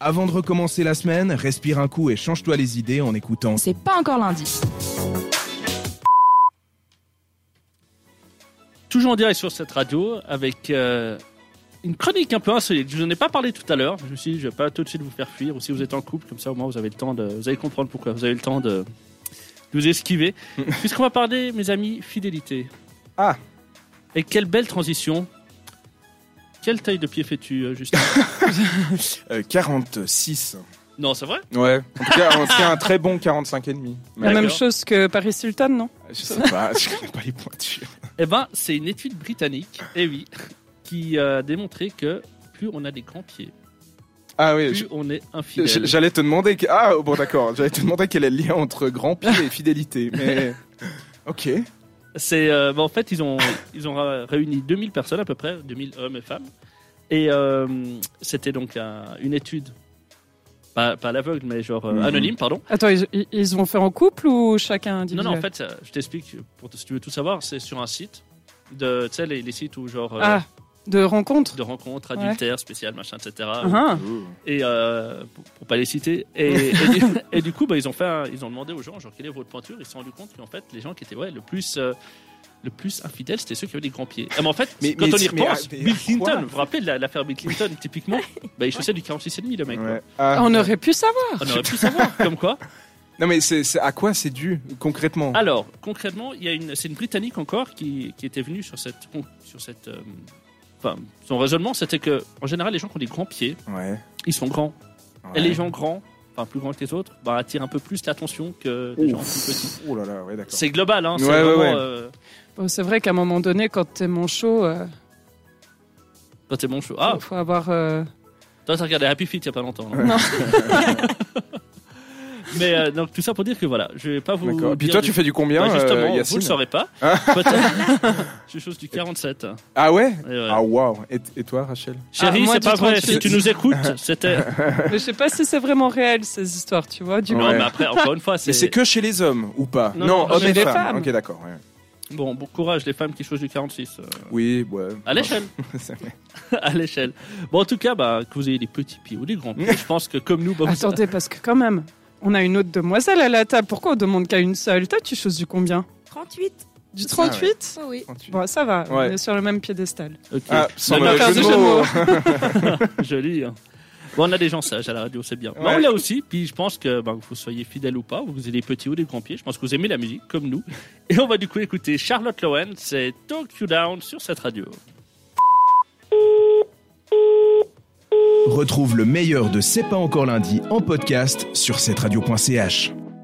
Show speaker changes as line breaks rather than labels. Avant de recommencer la semaine, respire un coup et change-toi les idées en écoutant.
C'est pas encore lundi.
Toujours en direct sur cette radio avec euh, une chronique un peu insolite. Je vous en ai pas parlé tout à l'heure. Je me suis dit, je vais pas tout de suite vous faire fuir. Ou si vous êtes en couple, comme ça au moins vous avez le temps de. Vous allez comprendre pourquoi. Vous avez le temps de, de vous esquiver. Puisqu'on va parler, mes amis, fidélité.
Ah.
Et quelle belle transition. Quelle taille de pied fais-tu, euh, Justin
Euh, 46.
Non, c'est vrai
Ouais. En tout cas, en tout cas, un très bon 45 et demi.
La
Mais
D'accord.
même chose que Paris Hilton, non
je sais pas, je connais pas les pointures.
Eh ben, c'est une étude britannique, eh oui, qui a démontré que plus on a des grands pieds,
Ah oui,
plus
je-
on est
je-
infidèle.
j'allais te demander. que- Ah bon, d'accord. J'allais te demander quel est le lien entre grand pied et fidélité. Mais. Ok.
C'est euh, bah, en fait ils ont ils ont ra- réuni 2000 personnes à peu près, 2000 hommes et femmes. Et euh, c'était donc un- une étude pas, pas à l'aveugle mais genre euh,
Mhm.
anonyme pardon.
Attends, ils, ils- ils vont faire en couple ou chacun
Non
individuel
non en fait ça- je t'explique pour si tu veux tout savoir, c'est sur un site de tu sais les, les sites où genre euh,
Ah, de rencontre
de rencontres
Ouais.
adultères spéciales machin etc.
Ah,
et euh, pour, pour pas les citer. Et, et du, et du coup, bah, ils ont fait, un- ils ont demandé aux gens, genre, quelle est votre pointure Ils se sont rendus compte qu'en fait, les gens qui étaient ouais, le plus euh, le plus infidèles, c'était ceux qui avaient des grands pieds. Ah, mais en fait,
Mais-
quand
mais-
on y
mais- ah,
repense,
mais-
Bill Clinton,
quoi
vous vous rappelez de la- l'affaire Bill Clinton, typiquement, bah, il chaussait du 46,5 le mec. quoi.
Ouais. Ah.
on aurait pu savoir.
On aurait pu savoir, comme quoi.
Non mais c'est c'est- à quoi c'est dû concrètement
Alors, concrètement, il y a une, c'est une Britannique encore qui, qui était venue sur cette. con- Sur cette euh, enfin, son raisonnement, c'était que, en général, les gens qui ont des grands pieds,
Ouais.
ils sont grands.
ouais.
Et les gens grands, enfin plus grands que les autres, bah, attirent un peu plus l'attention que les gens plus petits.
Oh là là, ouais d'accord.
C'est global, hein. c'est
Ouais, ouais,
vraiment,
ouais.
euh,
Bon, c'est vrai qu'à un moment donné, quand t'es manchot, euh,
toi, t'es bon chaud. Ah,
faut avoir. euh,
toi, t'as regardé Happy Feet il y a pas longtemps.
Non.
Mais euh, donc, tout ça pour dire que voilà, je vais pas vous.
D'accord. Et puis
dire
toi
du-
tu fais du combien
Bah,
euh,
Justement, vous
Yacine
le saurez pas.
Ah.
Peut-être. je suis chose du 47. hein.
Ah ouais
Et ouais.
Ah waouh. Et, et toi Rachel
Chérie,
Ah, moi,
c'est
du
pas vrai.
38.
Si tu nous écoutes, c'était.
Mais je sais pas si c'est vraiment réel ces histoires, tu vois. Du
Ouais.
Ah, Non, mais après, encore une fois,
Mais c'est
c'est.
que chez les hommes ou pas
Non, non,
hommes
chez
et
les
femmes.
femmes.
Ok d'accord. ouais.
Bon, bon courage, les femmes qui chose du 46. euh,
Oui, ouais.
À l'échelle.
C'est vrai.
à l'échelle. Bon, en tout cas, bah, que vous ayez des petits pieds ou des grands pieds, je pense que comme nous, bah, vous-
Attendez, parce que quand même, on a une autre demoiselle à la table. Pourquoi on demande qu'à une seule Toi, tu choses du combien
38
Du
Ah ouais.
38
Oh oui.
Bon, ça va,
Ouais.
on est sur le même piédestal.
Ok.
Ah, sans
Non,
mauvais
non,
faire
jeu
du
de
jeu de
mots.
Joli. hein. Bon, on a des gens sages à la radio, c'est bien. Mais
Ouais.
on l'a aussi, puis je pense que ben, que vous soyez fidèle ou pas, vous avez des petits ou des grands pieds, je pense que vous aimez la musique, comme nous. Et on va du coup écouter Charlotte Lowen, c'est Talk You Down sur cette radio.
Retrouve le meilleur de C'est pas encore lundi en podcast sur cette radio.ch.